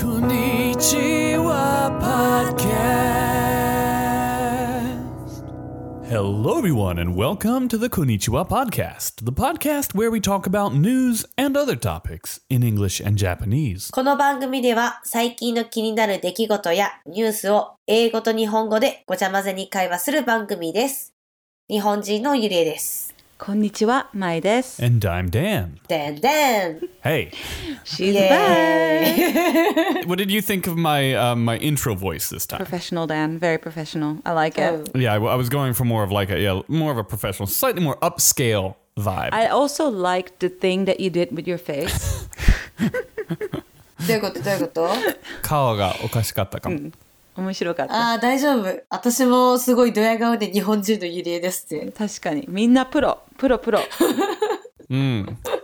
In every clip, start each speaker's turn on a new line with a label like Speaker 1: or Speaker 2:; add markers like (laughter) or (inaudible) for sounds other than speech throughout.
Speaker 1: こんにちは、podcast. Hello, everyone, and welcome to the Konnichiwa Podcast, the podcast where we talk about news and other topics in English and Japanese.
Speaker 2: この番組では最近の気になる出来事やニュースを英語と日本語でごちゃ混ぜに会話する番組です。日本人のゆりえです。
Speaker 3: こんにちは、まいです。
Speaker 1: And I'm Dan.
Speaker 2: でんでん
Speaker 1: Hey,
Speaker 3: She's
Speaker 2: イエ
Speaker 3: back!
Speaker 1: what did you think of my uh, my intro voice this time?
Speaker 3: Professional Dan, very professional. I like it.
Speaker 1: Yeah, I, w- I was going for more of like a yeah, more of a professional, slightly more upscale vibe.
Speaker 3: I also liked the thing that you did with your (laughs) face.
Speaker 2: どういうことどういうこと
Speaker 1: 顔がおかしかったかも。
Speaker 3: 面白かった。
Speaker 2: ああ、大丈夫。私もすごいドヤ顔で日本人のゆりえですって。
Speaker 3: 確かに。みんなプロ、プロプロ。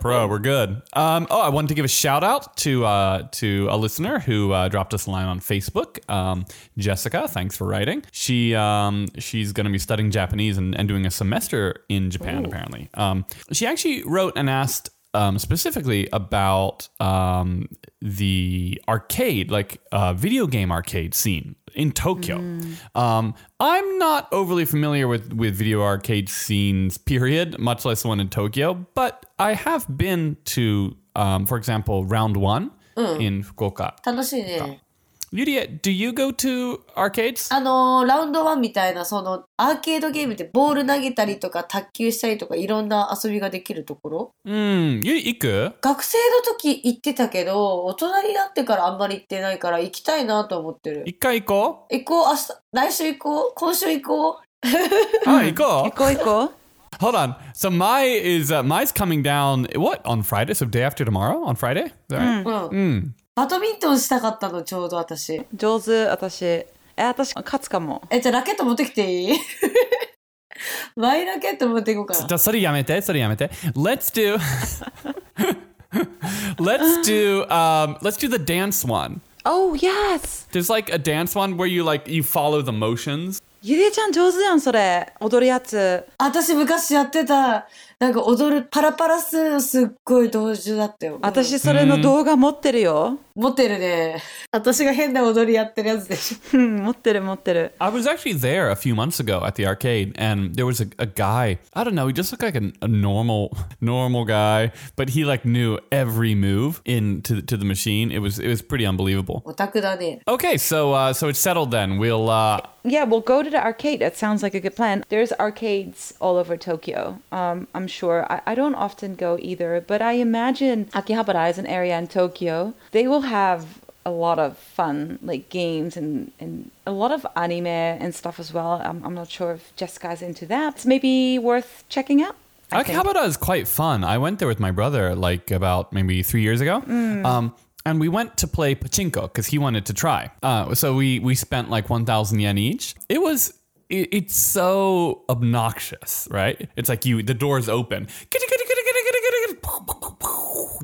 Speaker 1: Bro, we're good. Um, oh, I wanted to give a shout out to uh, to a listener who uh, dropped us a line on Facebook. Um, Jessica, thanks for writing. She um, she's going to be studying Japanese and, and doing a semester in Japan. Apparently, um, she actually wrote and asked um, specifically about um, the arcade, like uh, video game arcade scene in Tokyo. Um, I'm not overly familiar with, with video arcade scenes, period, much less the one in Tokyo, but I have been to, um, for example, Round One in Fukuoka.
Speaker 2: 楽しいね。
Speaker 1: Yuria, do you go to arcades?
Speaker 2: あのーラウンドワンみたいな、その、アーケードゲームでボール投げたりとか、卓球したりとか、いろんな遊びができるところ
Speaker 1: Mm, Yuri, iku?
Speaker 2: 学生の時行ってたけど、大人になってからあんまり行ってないから、行きたいなと思ってる。
Speaker 1: Ikkai iko?
Speaker 2: 行こう、明日、来週行こう、今週行こう。
Speaker 1: Ah,
Speaker 3: (laughs) 行
Speaker 1: iko.
Speaker 3: こう行こう。
Speaker 1: Hold on. So my is uh, my's coming down what on Friday? So day after tomorrow on Friday. Is that right? Hmm.
Speaker 2: うん。バドミントンしたかったの、ちょうど私。
Speaker 3: 上手、私。え、私、勝つかも。
Speaker 2: え、じゃあラケット持ってきていい (laughs) マイラケット持っていこうか
Speaker 1: じ
Speaker 2: な。
Speaker 1: ゃあそれやめて、それやめて。Let's do (laughs) Let's do um let's do the dance one.
Speaker 3: Oh, yes!
Speaker 1: There's like a dance one where you like you follow the motions.
Speaker 3: ゆりえちゃん上手やん、それ。踊るやつ。
Speaker 2: 私昔やってた、なんか踊る、パラパラするのすっごい同時だったよ。
Speaker 3: 私、それの動画持ってるよ。
Speaker 2: うん、持ってるね。私が変な踊りやってるやつでしょ。
Speaker 3: うん、持ってる持ってる。
Speaker 1: I was actually there a few months ago at the arcade and there was a, a guy, I don't know, he just looked like a, a normal normal guy, but he like knew every move into to the machine. It was it was pretty unbelievable.
Speaker 2: (laughs) オタクだね。
Speaker 1: Okay, so uh so it's settled then. We'll uh
Speaker 3: Yeah, we'll go to the arcade. That sounds like a good plan. There's arcades all over Tokyo. Um, I'm sure. I, I don't often go either, but I imagine Akihabara is an area in Tokyo. They will have a lot of fun, like games and, and a lot of anime and stuff as well. I'm, I'm not sure if Jessica's into that. It's maybe worth checking out. I think.
Speaker 1: Akihabara is quite fun. I went there with my brother like about maybe three years ago. Um, and we went to play pachinko because he wanted to try. Uh, so we we spent like one thousand yen each. It was it, it's so obnoxious, right? It's like you the doors open,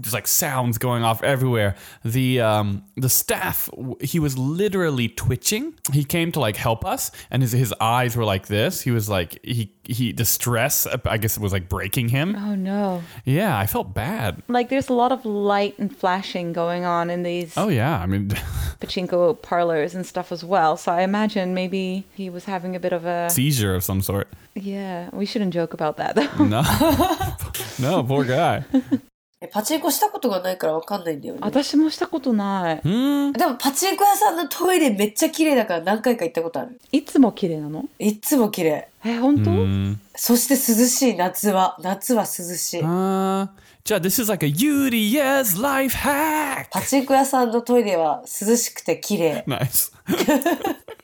Speaker 1: just like sounds going off everywhere. The um the staff w- he was literally twitching. He came to like help us, and his his eyes were like this. He was like he he the stress I guess it was like breaking him.
Speaker 3: Oh no.
Speaker 1: Yeah, I felt bad.
Speaker 3: Like there's a lot of light and flashing going on in these
Speaker 1: Oh yeah, I mean. (laughs)
Speaker 3: pachinko parlors and stuff as well. So I imagine maybe he was having a bit of a
Speaker 1: Seizure of some sort.
Speaker 3: Yeah, we shouldn't joke about that though.
Speaker 1: No, (laughs) no, poor guy.
Speaker 2: えパチンコしたことがないからわかんないんだよね。
Speaker 3: (laughs) 私もしたことない。
Speaker 2: でもパチンコ屋さんのトイレめっちゃ綺麗だから何回か行ったことある。
Speaker 3: いつも綺麗なの
Speaker 2: いっつも綺麗。
Speaker 3: え、本当、
Speaker 2: そして涼しい夏は夏は涼しい
Speaker 1: Uh, Judd, this is like a Yuri's life hack. (laughs)
Speaker 2: パチンコ屋さんのトイレは涼しくて綺麗
Speaker 1: Nice.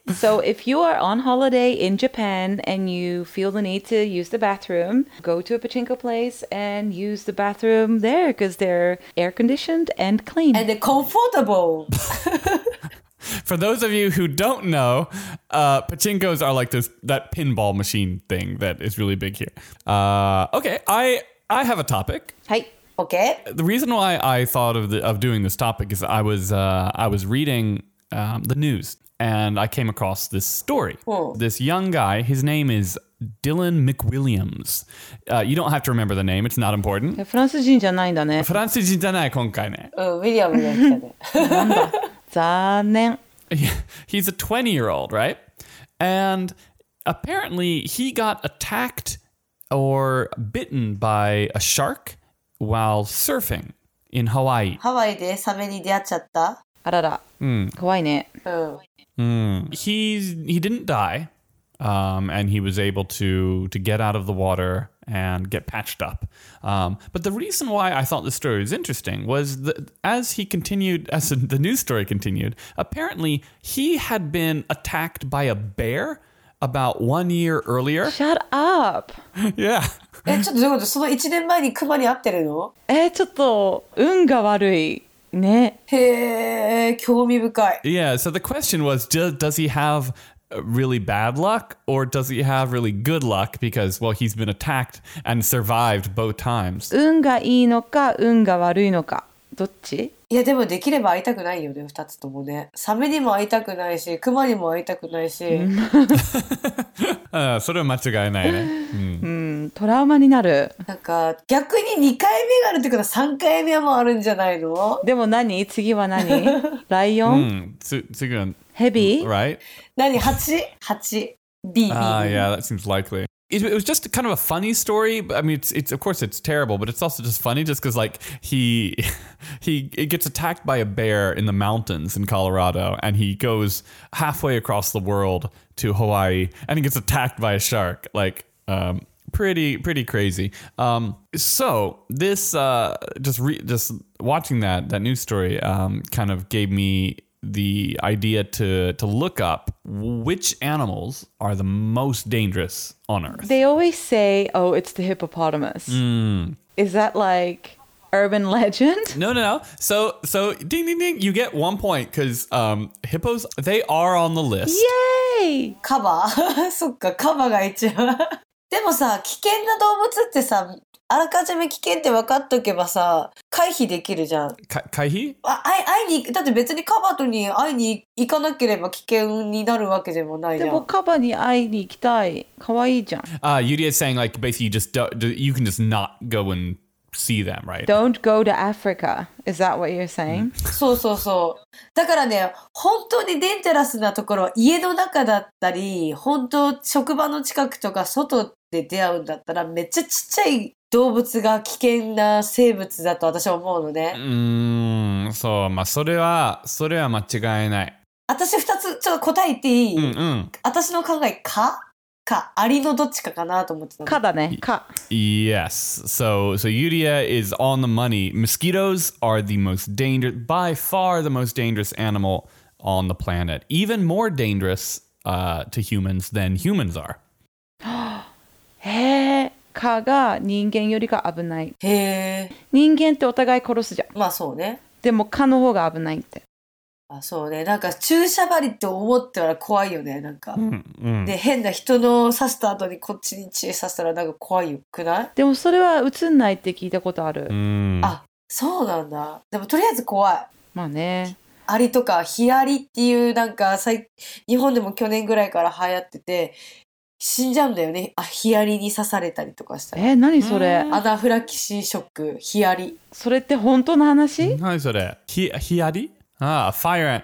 Speaker 3: So if you are on holiday in Japan and you feel the need to use the bathroom, go to a pachinko place and use the bathroom there because they're air conditioned and clean.
Speaker 2: and comfortable
Speaker 1: For those of you who don't know, uh, pachinkos are like this that pinball machine thing that is really big here. Uh, okay, I I have a topic.
Speaker 3: はい。
Speaker 2: OK?
Speaker 1: The reason why I thought of the, of doing this topic is I was uh, I was reading um, the news and I came across this story.
Speaker 2: Oh.
Speaker 1: This young guy, his name is Dylan McWilliams. Uh, you don't have to remember the name; it's not important.
Speaker 3: フランス人じゃないんだね。
Speaker 1: フランス人じゃない今回ね。
Speaker 2: うんウィリアムが来たね
Speaker 3: 残念。
Speaker 1: (laughs) he's a 20 year old, right? And apparently he got attacked or bitten by a shark while surfing in Hawaii.
Speaker 2: ハワイでサメに出会っちゃった
Speaker 3: あらら。怖いね。
Speaker 2: うん。
Speaker 1: He's he didn't die, um, and he was able to to get out of the water and get patched up. Um, but the reason why I thought this story was interesting was that as he continued, (laughs) as the news story continued, apparently he had been attacked by a bear about one year earlier.
Speaker 3: Shut up!
Speaker 1: yeah.
Speaker 2: え、ちょっとどういうことその1年前にクマに会ってるの
Speaker 3: えー、ちょっと、運が悪い。ね。
Speaker 2: へえ、興味深い。
Speaker 1: Yeah. So the question was, do, does he have uh, really bad luck or does he have really good luck? Because well, he's been attacked and survived both times.
Speaker 3: 運がいいのか、運が悪いのか。どっち
Speaker 2: いやでもできれば会いたくないよね2つともねサメにも会いたくないしクマにも会いたくないし、
Speaker 1: Uh, それは間違いないね。
Speaker 3: うんトラウマになる。
Speaker 2: なんか逆に2回目があるってことは3回目もあるんじゃないの
Speaker 3: でも何次
Speaker 1: (laughs)
Speaker 3: は何ライオン、
Speaker 1: うん、つ次は、
Speaker 3: ヘビ、
Speaker 1: Hmm. right?
Speaker 2: 何 8?8 B B
Speaker 1: Ah, yeah, that seems likely. It, it was just kind of a funny story. but, I mean, it's it's of course it's terrible, but it's also just funny, just because like he (laughs) he it gets attacked by a bear in the mountains in Colorado, and he goes halfway across the world to Hawaii, and he gets attacked by a shark. Like, um, pretty pretty crazy. Um, so this uh, just re- just watching that that news story um, kind of gave me the idea to to look up which animals are the most dangerous on Earth.
Speaker 3: They always say, oh, it's the hippopotamus. Is that like urban legend?
Speaker 1: No, no, no. So, so ding, ding, ding. You get one point because um, hippos they are on the list.
Speaker 3: Yay!
Speaker 2: カバー (laughs) そっかカバーが一番でもさ危険な動物ってさあらかじめ危険って分かっとけばさ回避できるじゃん
Speaker 1: Ka- Kaihi?
Speaker 2: あ会い会いに行くだって別にカバとに会いに行かなければ危険になるわけでもないじ
Speaker 3: で
Speaker 2: ゃ
Speaker 3: も
Speaker 2: ん
Speaker 3: カバに会いに行きたい。かわいいじゃん。
Speaker 1: Uh, Yudi is saying like basically you just do, do, you can just not go and see them, right?
Speaker 3: Don't go to Africa. Is that what you're saying?
Speaker 2: そうそうそうだからね本当にデンテラスなところは家の中だったり本当職場の近くとか外で出会うんだったらめっちゃちっちゃい動物が危険な生物だと私は思うのね、
Speaker 1: うん、そう、まあ、それは、それは間違いない。
Speaker 2: 私2つちょっと答え言っていい、
Speaker 1: うんうん。
Speaker 2: 私の考えかかアリのどっちかかなと思ってたの
Speaker 3: カだね。カ。
Speaker 1: Yes. So, so Yudia is on the money. Mosquitoes are the most dangerous, by far the most dangerous animal on the planet. Even more dangerous uh, to humans than humans are.
Speaker 3: へえ。カが人間よりか危ない。
Speaker 2: へえ
Speaker 3: 人間ってお互い殺すじゃん。
Speaker 2: まあそうね
Speaker 3: でもカの方が危ないって。
Speaker 2: あそうねなんか注射針って思ったら怖いよねなんか、
Speaker 1: うん、うん。
Speaker 2: で変な人の刺した後にこっちに血刺したらなんか怖いくない
Speaker 3: でもそれは映んないって聞いたことある。
Speaker 1: うん。
Speaker 2: あそうなんだでもとりあえず怖い
Speaker 3: まあね。
Speaker 2: アリとかヒアリっていうなんか最日本でも去年ぐらいから流行ってて死んじゃうんだよねあヒアリに刺されたりとかしたら
Speaker 3: えー、何それ
Speaker 2: アナフラキシーショックヒアリ
Speaker 3: それって本当の話
Speaker 1: 何それ？ヒヒアリ？あ、ah, fire ant.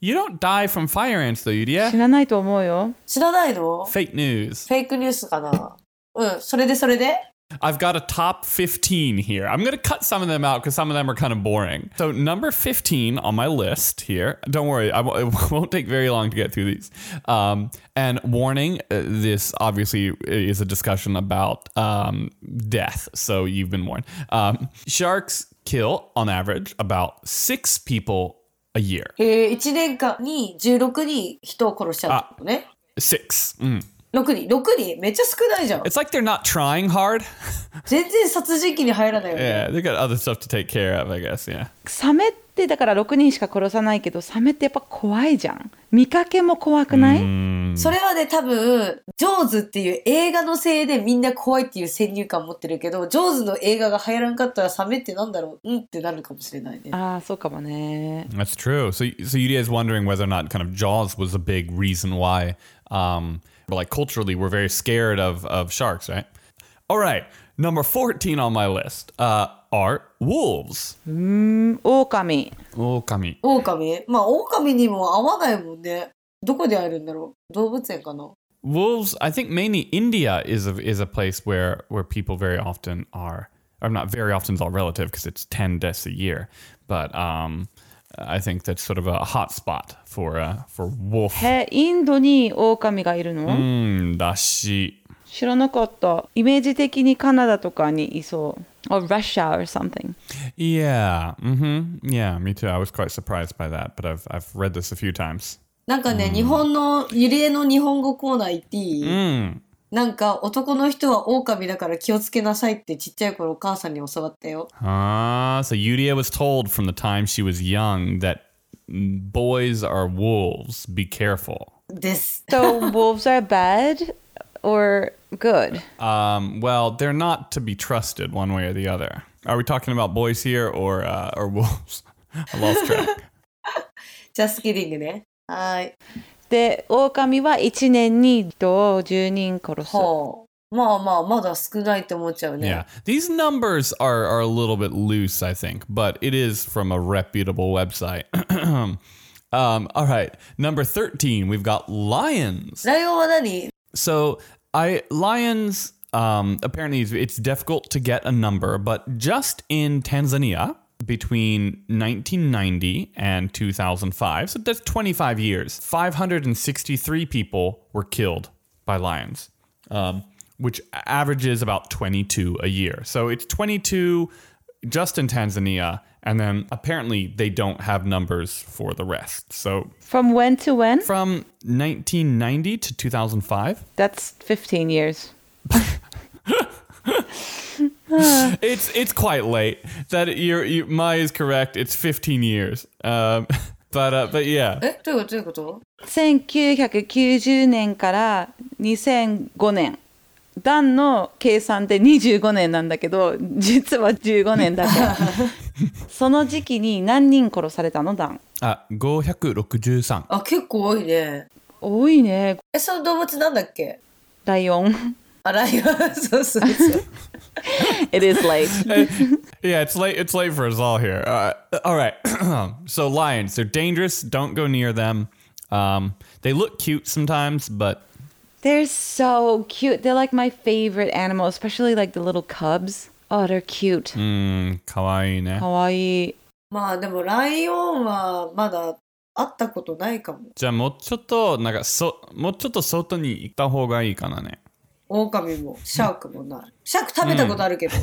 Speaker 1: You don't die from fire ants though,
Speaker 3: 死
Speaker 1: Yudia.
Speaker 3: なないと思うよ。
Speaker 2: 知らないの
Speaker 1: Fake news.
Speaker 2: フェイクニュースかなうんそれでそれで
Speaker 1: I've got a top 15 here. I'm going to cut some of them out because some of them are kind of boring. So, number 15 on my list here, don't worry, I w- (laughs) it won't take very long to get through these. Um, and warning uh, this obviously is a discussion about um, death. So, you've been warned. Um, sharks kill, on average, about six people a year.
Speaker 2: えー、1年間に16人人を殺しちゃったのね
Speaker 1: Six. Mm.
Speaker 2: 6人6人めっちゃ少ないじゃん
Speaker 1: It's like they're not trying hard.
Speaker 2: 全然殺人鬼に入らないよね、
Speaker 1: yeah, they got other stuff to take care of, I guess. Yeah.
Speaker 3: サメってだから6人しか殺さないけどサメってやっぱ怖いじゃん。見かけも怖くない
Speaker 2: それはね、多分、ジョーズっていう映画のせいでみんな怖いっていう先入観持ってるけど、ジョーズの映画が流行らんかったらサメってなんだろううんってなるかもしれないね。
Speaker 3: ああそうかもね。
Speaker 1: That's true. So, so Yudia is wondering whether or not kind of Jaws was a big reason why, um, like culturally, we're very scared of of sharks, right? All right, number fourteen on my list. Uh, are wolves.
Speaker 3: 狼
Speaker 1: Okami.
Speaker 2: 狼まあ狼にも合わないもんねどこで会えるんだろう動物園かな
Speaker 1: Wolves, I think mainly India is a, is a place where, where people very often are. Or not very often is all relative because it's 10 deaths a year. But um, I think that's sort of a hot spot for, uh, for wolf.
Speaker 3: へインドに狼がいるの、
Speaker 1: Mm, dashi.
Speaker 3: 知らなかったイメージ的にカナダとかにいそう or Russia or something
Speaker 1: Yeah. Mm-hmm. Yeah, me too. I was quite surprised by that, but I've, I've read this a few times.
Speaker 2: なんかね、日本のゆりえの日本語コーナー行っていい、
Speaker 1: Mm.
Speaker 2: なんか男の人は狼だから気をつけなさいってちっちゃい頃お母さんに教わったよ
Speaker 1: Ah, so Yuria was told from the time she was young that boys are wolves. Be careful.
Speaker 2: です
Speaker 3: So wolves are bad or good
Speaker 1: Um, well, they're not to be trusted one way or the other. Are we talking about boys here or uh, or (laughs) wolves? I lost track.
Speaker 2: ジャスキリングねはーい
Speaker 3: で狼は1年にどう10人殺す
Speaker 2: はあまあまあまだ少ないって思っちゃうね
Speaker 1: yeah, these numbers are are a little bit loose, I think, but it is from a reputable website. (clears throat) um, all right, number thirteen, we've got lions.
Speaker 2: ライオンは何
Speaker 1: So I lions um, apparently it's, it's difficult to get a number, but just in Tanzania between 1990 and 2005, so that's 25 years, 563 people were killed by lions, um, which averages about 22 a year. So it's 22 just in Tanzania, and then apparently they don't have numbers for the rest. So
Speaker 3: From when to when?
Speaker 1: from 1990 to 2005.
Speaker 3: That's 15 years
Speaker 1: (laughs) It's it's quite late. That you're you, Mai is correct. It's 15 years. Um, (laughs) but uh, but yeah,
Speaker 2: えどういうことどういうこと
Speaker 3: 1990年から2005年段の計算で25年なんだけど実は15年だからその時期に何人殺されたの段
Speaker 1: uh, 563.
Speaker 2: あ結構多いね
Speaker 3: 多いね
Speaker 2: えその動物なんだっけ
Speaker 3: ライオン
Speaker 2: あライオン (laughs) そうそうそう
Speaker 3: It is late
Speaker 1: Uh, Yeah, it's late. It's late for us all here. Uh, all right. (clears throat) so lions, they're dangerous. Don't go near them. Um, they look cute sometimes, but
Speaker 3: They're so cute They're like my favorite animal especially like the little cubs Oh they're cute
Speaker 1: mm, kawaii ne.
Speaker 3: かわいい
Speaker 2: まあでもライオンはまだ会ったことないかも。
Speaker 1: じゃあもうちょっとなんかそもうちょっと外に行った方がいいかなね。そうそうだね。
Speaker 2: 狼もシャークもない。シャーク食べたことあるけど。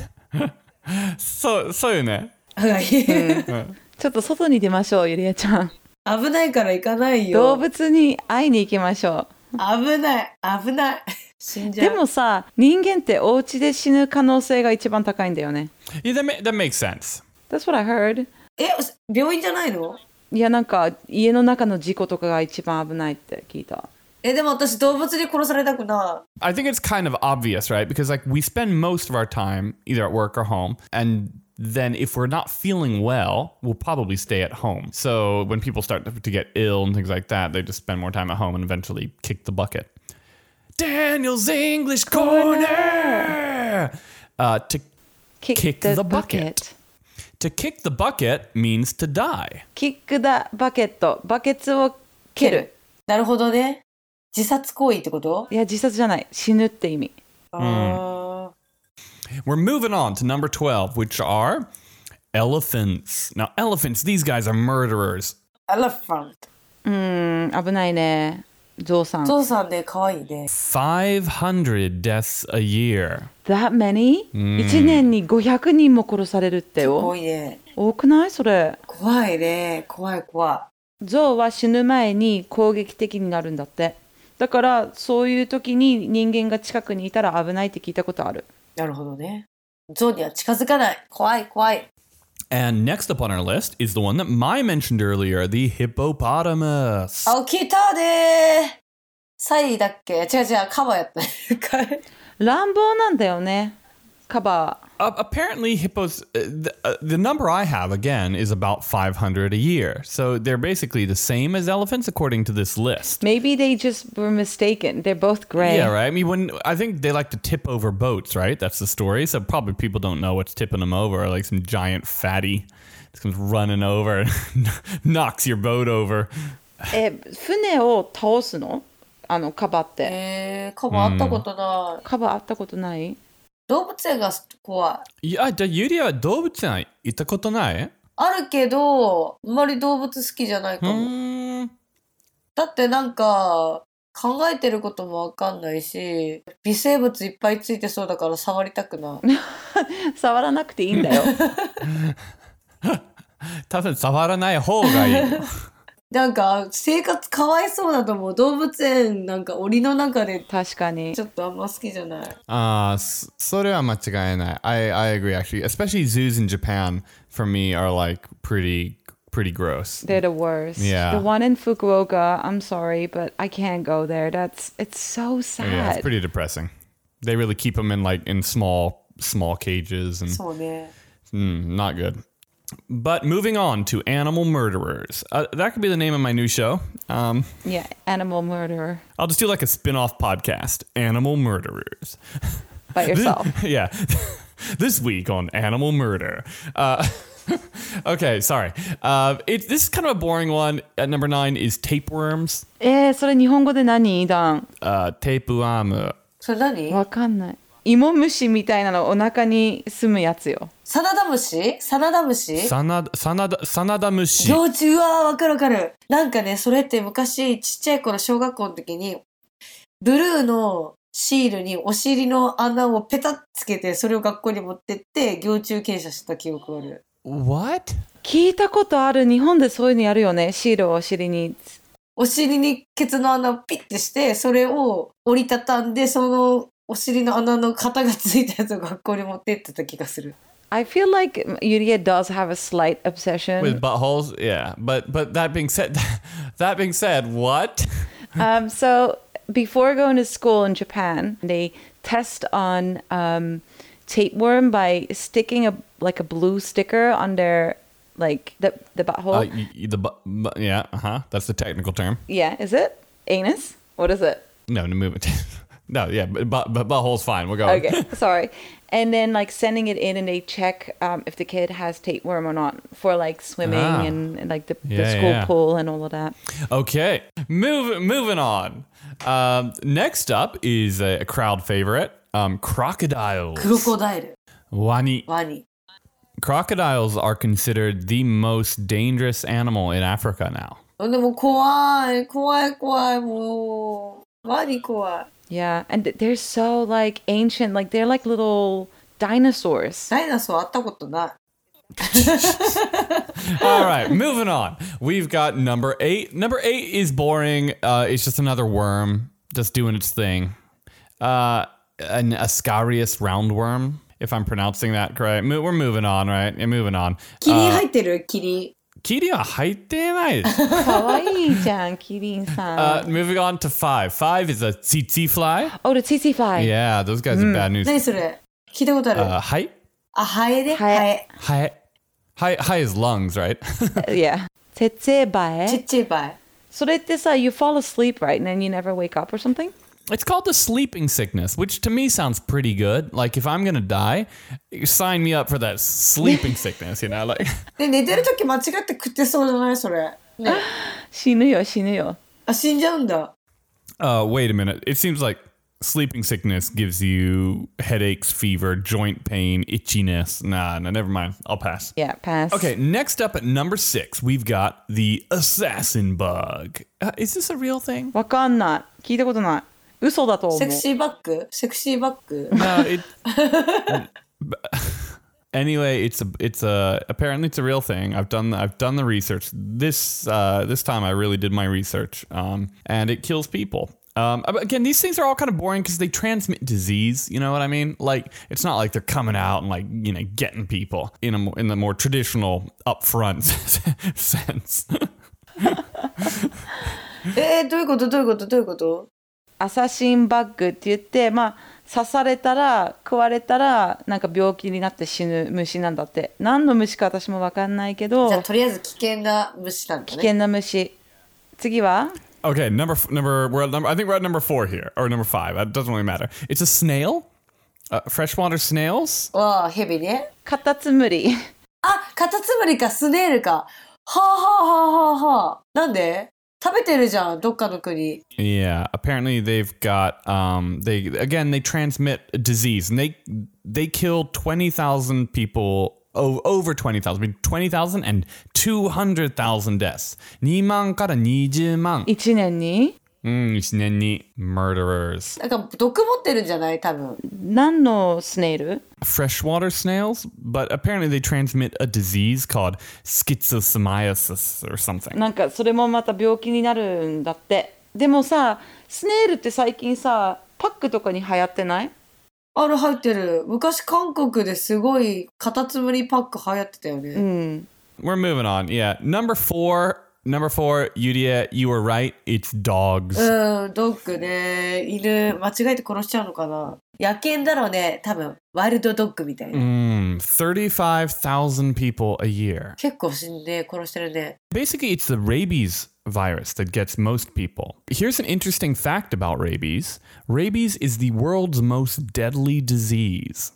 Speaker 2: はい
Speaker 3: ちょっと外に出ましょうゆりえちゃん
Speaker 2: 危ないから行かないよ。
Speaker 3: 動物に会いに行きましょう
Speaker 2: 危ない危ない。死んじゃ
Speaker 3: で
Speaker 2: う。
Speaker 3: もさ人間ってお家で死ぬ可能性が一番高いんだよね
Speaker 1: Yeah, that, ma- that makes sense.
Speaker 3: That's what I heard
Speaker 2: え病院じゃないの
Speaker 3: いやなんか家の中の事故とかが一番危ないって聞いた
Speaker 2: えでも私動物に殺されたくな
Speaker 1: I think it's kind of obvious, right? Because like we spend most of our time either at work or home, and then if we're not feeling well, we'll probably stay at home. So when people start to, to get ill and things like that, they just spend more time at home and eventually kick the bucket. Daniel's English Corner. Uh, to
Speaker 3: Kick,
Speaker 1: Kick the bucket. to kick the bucket means to die.
Speaker 3: Kick the bucket バケツを蹴る
Speaker 2: い。なるほどね。自殺行為ってこと、
Speaker 3: いや自殺じゃない死ぬって意味
Speaker 2: あ
Speaker 1: We're moving on to number twelve, which are elephants. Now elephants, these guys are murderers.
Speaker 2: あ。エレファント。
Speaker 3: うーん危ないねゾウさん
Speaker 2: ゾウさんで可愛いね。
Speaker 1: Five hundred deaths a year.
Speaker 3: That many?1、一年に500人も殺されるって
Speaker 2: 多
Speaker 3: よ
Speaker 2: いね。
Speaker 3: 多くないそれ
Speaker 2: 怖いね。怖い怖
Speaker 3: ゾウは死ぬ前に攻撃的になるんだってだからそういう時に人間が近くにいたら危ないって聞いたことある
Speaker 2: い。なるほどね。ゾウには近づかない。怖い怖い。
Speaker 1: And next up on our list is the one that Mai mentioned earlier, the hippopotamus.
Speaker 2: あ、来たでー
Speaker 3: (laughs)
Speaker 2: サイだっけ違う違う、カバやった。
Speaker 3: 乱暴なんだよね kaba.
Speaker 1: Uh, apparently, hippos. Uh, the, uh, the number I have again is about 500 a year. So they're basically the same as elephants, according to this list.
Speaker 3: Maybe they just were mistaken. They're both gray.
Speaker 1: Yeah, right. I mean, when I think they like to tip over boats, right? That's the story. So probably people don't know what's tipping them over, like some giant fatty just comes running over and (laughs) knocks your boat over.
Speaker 3: え、船を倒すのあの、カバって。
Speaker 2: えー、カバ会ったことない。
Speaker 3: カバあったことない
Speaker 2: 動物園が怖い。
Speaker 1: Yeah, じゃあユリアは動物園行ったことない？
Speaker 2: あるけど、あんまり動物好きじゃないかも。
Speaker 1: うん。
Speaker 2: だってなんか、考えてることもわかんないし、微生物いっぱいついてそうだから触りたくない。
Speaker 1: (laughs)
Speaker 3: 触らなくていいんだよ。
Speaker 1: 多分触らない方がいい。 (laughs)
Speaker 2: なんか、生活かわいそうだと思う。動物園なんか檻の中で、
Speaker 3: 確かに
Speaker 2: ち。ょっとあんま好きじゃない。
Speaker 1: Uh, I, I agree actually. Especially zoos in Japan for me are like pretty pretty gross.
Speaker 3: They're the worst.
Speaker 1: Yeah.
Speaker 3: The one in Fukuoka, I'm sorry, but I can't go there. That's it's so sad.
Speaker 1: Yeah, it's pretty depressing. They really keep them in like in small small cages and
Speaker 2: そうね。
Speaker 1: mm, not good. But moving on to animal murderers. Uh, that could be the name of my new show. Um,
Speaker 3: yeah, animal murderer
Speaker 1: I'll just do like a spin-off podcast, Animal Murderers.
Speaker 3: by yourself.
Speaker 1: (laughs) yeah. this week on animal murder. Uh, (laughs) okay, sorry. Uh, it, this is kind of a boring one. At number nine is tapeworms.
Speaker 3: えー、それ日本語で何ダン
Speaker 1: Uh,
Speaker 3: Eh?
Speaker 1: tapeworm.
Speaker 2: それ何
Speaker 3: わかんない。芋虫みたいなのお腹に住むやつよ。
Speaker 2: サナダムシサナダムシ
Speaker 1: Sanada, sanada, sanadamushi.
Speaker 2: 幼虫うわーわかるわかるなんかねそれって昔ちっちゃい頃小学校の時にブルーのシールにお尻の穴をペタッつけてそれを学校に持ってって幼虫検査した記憶がある
Speaker 1: What?
Speaker 3: 聞いたことある日本でそういうのやるよね。シールをお尻に。
Speaker 2: お尻にケツの穴をピッてしてそれを折りたたんでそのお尻の穴の型がついたやつを学校に持ってってた気がする
Speaker 3: I feel like Yuria does have a slight obsession.
Speaker 1: With buttholes? Yeah. But but that being said, (laughs) that being said, what?
Speaker 3: um, so before going to school in Japan, they test on um, tapeworm by sticking a like a blue sticker on their like the the butthole.
Speaker 1: Uh, y- y- the bu- bu- yeah, uh huh. That's the technical term.
Speaker 3: yeah, is it anus? What is it?
Speaker 1: No, no movement. (laughs) no, yeah, but, but, but butthole's fine. We'll go. with- (laughs)
Speaker 3: Okay, (laughs) sorry. And then like sending it in, and they check um, if the kid has tapeworm or not for like swimming
Speaker 1: Ah.
Speaker 3: and, and, like the, the
Speaker 1: Yeah,
Speaker 3: school
Speaker 1: yeah.
Speaker 3: pool and all of that.
Speaker 1: Okay, move moving on. Um, next up is a, a crowd favorite, um, crocodiles.
Speaker 2: クロコダイル
Speaker 1: Wani.
Speaker 2: ワニ
Speaker 1: Crocodiles are considered the most dangerous animal in Africa now.
Speaker 2: でも怖い怖い怖いもうワニ怖い
Speaker 3: Yeah, and th- they're so like ancient, like they're like little
Speaker 1: (laughs)
Speaker 3: dinosaurs.
Speaker 2: ダイナソー会ったことない
Speaker 1: All right, moving on. We've got number eight. Number eight is boring. Uh, it's just another worm just doing its thing. Uh, an Ascarius roundworm, if I'm pronouncing that correct. Mo- We're moving on, right? Yeah, moving on.
Speaker 2: キリン入ってるキリン
Speaker 1: Kitty, uh,
Speaker 3: かわいいじゃん、キリンさん。
Speaker 1: Moving on to five. Five is a tsetse fly.
Speaker 3: oh, the tsetse fly.
Speaker 1: Yeah, those guys are bad news.
Speaker 2: 何それ聞いたことある、
Speaker 1: Uh, hi,
Speaker 2: あ、ハエで
Speaker 3: ハエ
Speaker 2: ハエ。
Speaker 1: hi, hi, hi is lungs, right?
Speaker 3: (laughs)
Speaker 1: (laughs)
Speaker 3: yeah.
Speaker 2: ちっちゃいバエ。
Speaker 3: それってさ、you fall asleep, right? And then you never wake up or something?
Speaker 1: It's called the sleeping sickness, which to me sounds pretty good. Like if I'm gonna die, sign me up for that sleeping sickness. You know, like (laughs)
Speaker 2: で、寝てるとき間違って食ってそうじゃないそれ。ね。
Speaker 3: 死ぬよ、死ぬよ。
Speaker 2: あ、死んじゃうんだ。
Speaker 1: uh, wait a minute. It seems like sleeping sickness gives you headaches, fever, joint pain, itchiness. Nah, no, never mind. I'll pass.
Speaker 3: Yeah, pass.
Speaker 1: Okay, next up at number six, we've got the assassin bug. Uh, is this a real thing?
Speaker 3: わかんない。聞いたことない。嘘だと思う。
Speaker 2: セクシーバックセクシーバック
Speaker 1: No, it. anyway, it's a it's a apparently it's a real thing. I've done I've done the research. This uh, this time I really did my research, um, and it kills people. Um, but again, these things are all kind of boring because they transmit disease. You know what I mean? Like it's not like they're coming out and like you know getting people in a mo- in the more traditional upfront (laughs) sense.
Speaker 2: えー、どういうことどういうことどういうこと
Speaker 3: アサシンバッグって言って、まあ、刺されたら食われたらなんか病気になって死ぬ虫なんだって何の虫か私も分かんないけど
Speaker 2: じゃあとりあえず危険な虫なんだね。
Speaker 3: 危険な虫次は
Speaker 1: Okay, number f- number we're at number. I think we're at number four here or number five. It doesn't really matter. It's a snail, uh, freshwater snails.
Speaker 2: わあ、ヘビね。
Speaker 3: カタツムリ (laughs)
Speaker 2: あ、カタツムリかスネールか。はあはあはあはあはあ。なんで食べてるじゃん、どっかの国。
Speaker 1: Yeah, apparently they've got um they again they transmit a disease and they they kill 20,000 people oh, over 20,000 between 20,000 and 200,000 deaths. 2万から20万
Speaker 3: 1年に
Speaker 1: Mm, うん、一年に murderers.
Speaker 2: なんか毒持ってるんじゃない多分。
Speaker 3: 何のスネイル
Speaker 1: Freshwater snails, but apparently they transmit a disease called schistosomiasis or something.
Speaker 3: なんかそれもまた病気になるんだってでもさスネイルって最近さパックとかに流行ってない
Speaker 2: あれ入ってる。昔韓国ですごいカタツムリパック流行ってたよね。
Speaker 3: うん、
Speaker 1: We're moving on. Yeah, number 4, number 4, Yudia, you were right. It's dogs.
Speaker 2: うん、ドッグね。犬、間違えて殺しちゃうのかな。野犬だろうね。多分、ワイルドドッグみたいな。
Speaker 1: Mm, 35,000 people a year.
Speaker 2: 結構死んで殺してるね。
Speaker 1: Basically, it's the rabies virus that gets most people. Here's an interesting fact about rabies rabies is the world's most deadly disease.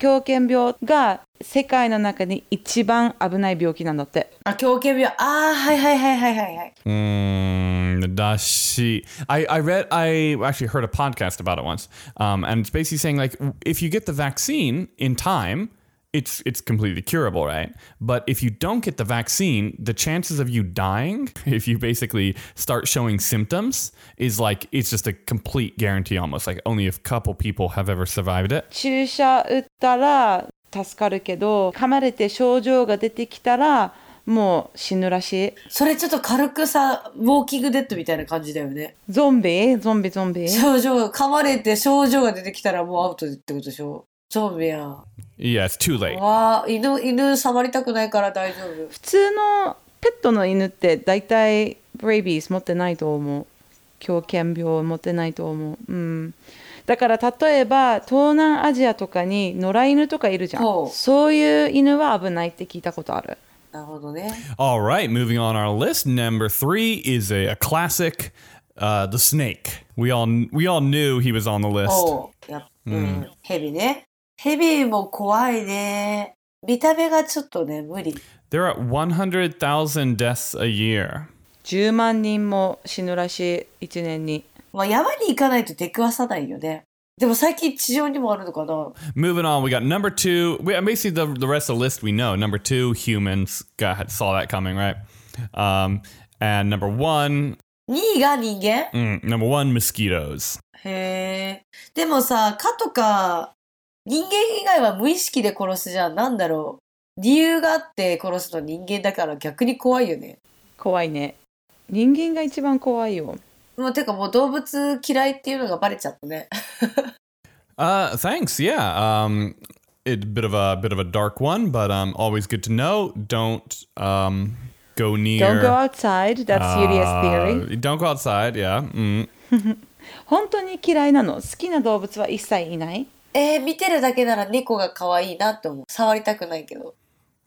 Speaker 3: 狂犬病が世界の中に一番危ない病気なんだって
Speaker 2: あ、狂犬病。ああ、はいはいはいはいはいはい。
Speaker 1: Mm, dashi. I, I read, I actually heard a podcast about it once. Um, and it's basically saying, like, if you get the vaccine in time, it's, it's completely curable, right? But if you don't get the vaccine, the chances of you dying, (laughs) if you basically start showing symptoms, is like, it's just a complete guarantee almost. Like, only a couple people have ever survived it.
Speaker 3: 注射打ったら助かるけど噛まれて症状が出てきたらもう死ぬらし
Speaker 2: それちょっと軽くさ、ウォーキングデッドみたいな感じだよね。
Speaker 3: いゾンビゾンビゾンビ
Speaker 2: 症状が、噛まれて症状が出てきたらもうアウトってことでしょ。ゾンビやん。
Speaker 1: Yeah, it's too late.
Speaker 2: わあ、犬、犬触りたくないから大丈夫。
Speaker 3: 普通のペットの犬って大体レビース持ってないと思う狂犬病持ってないと思ううんだから例えば東南アジアとかに野良犬とかいるじゃ
Speaker 2: ほうん
Speaker 3: そういう犬は危ないって聞いたことある
Speaker 2: なるほどね。
Speaker 1: All right, moving on our list. Number three is a, a classic, uh, the snake. We all we all knew he was on the list.
Speaker 3: Oh.
Speaker 2: おうやっ、うん、ヘビね。ヘビも怖いね。見た目がちょっとね、無理。
Speaker 1: They're at one hundred thousand deaths a year.
Speaker 3: 10万人も死ぬらしい1年に
Speaker 2: まあ、山に行かないと出くわさないよね。でも最近地上にもあるのかな
Speaker 1: Moving on, we got number two. We, basically, the, the rest of the list we know. Number two, humans. God, saw that coming, right? Um, and number one,
Speaker 2: 2位が人間
Speaker 1: mm, number one, mosquitoes.
Speaker 2: へえ。でもさ、蚊とか、人間以外は無意識で殺すじゃん。なんだろう。理由があって殺すの人間だから逆に怖いよね。
Speaker 3: 怖いね人間が一番怖いよ
Speaker 2: もうてかもう動物嫌いっていうのがバレちゃったね。 (laughs)
Speaker 1: Uh, thanks. Yeah. Um, it bit of a bit of a dark one, but um, always good to know. Don't um go near.
Speaker 3: Don't go outside that's Yulia's theory
Speaker 1: Uh, don't go outside. Yeah. Mm.
Speaker 3: 本当に嫌いなの好きな動物は一切いない
Speaker 2: えー、見てるだけなら猫が可愛いなって思う。触りたくないけど。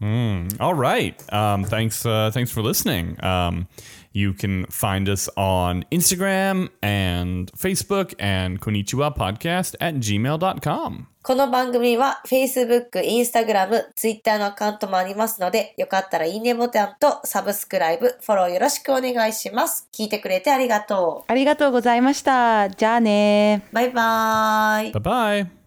Speaker 1: Mm. All right. Um, thanks. Uh, thanks for listening. Um, you can find us on Instagram and Facebook and Konichiwa Podcast at gmail.com.
Speaker 2: この番組は Facebook、Instagram、Twitter のアカウントもありますので、よかったらいいねボタンとサブスクライブ、フォローよろしくお願いします。聞いてくれてありがと
Speaker 3: ありがとうございましたじゃあね
Speaker 2: う。バイバーイ
Speaker 1: Bye bye.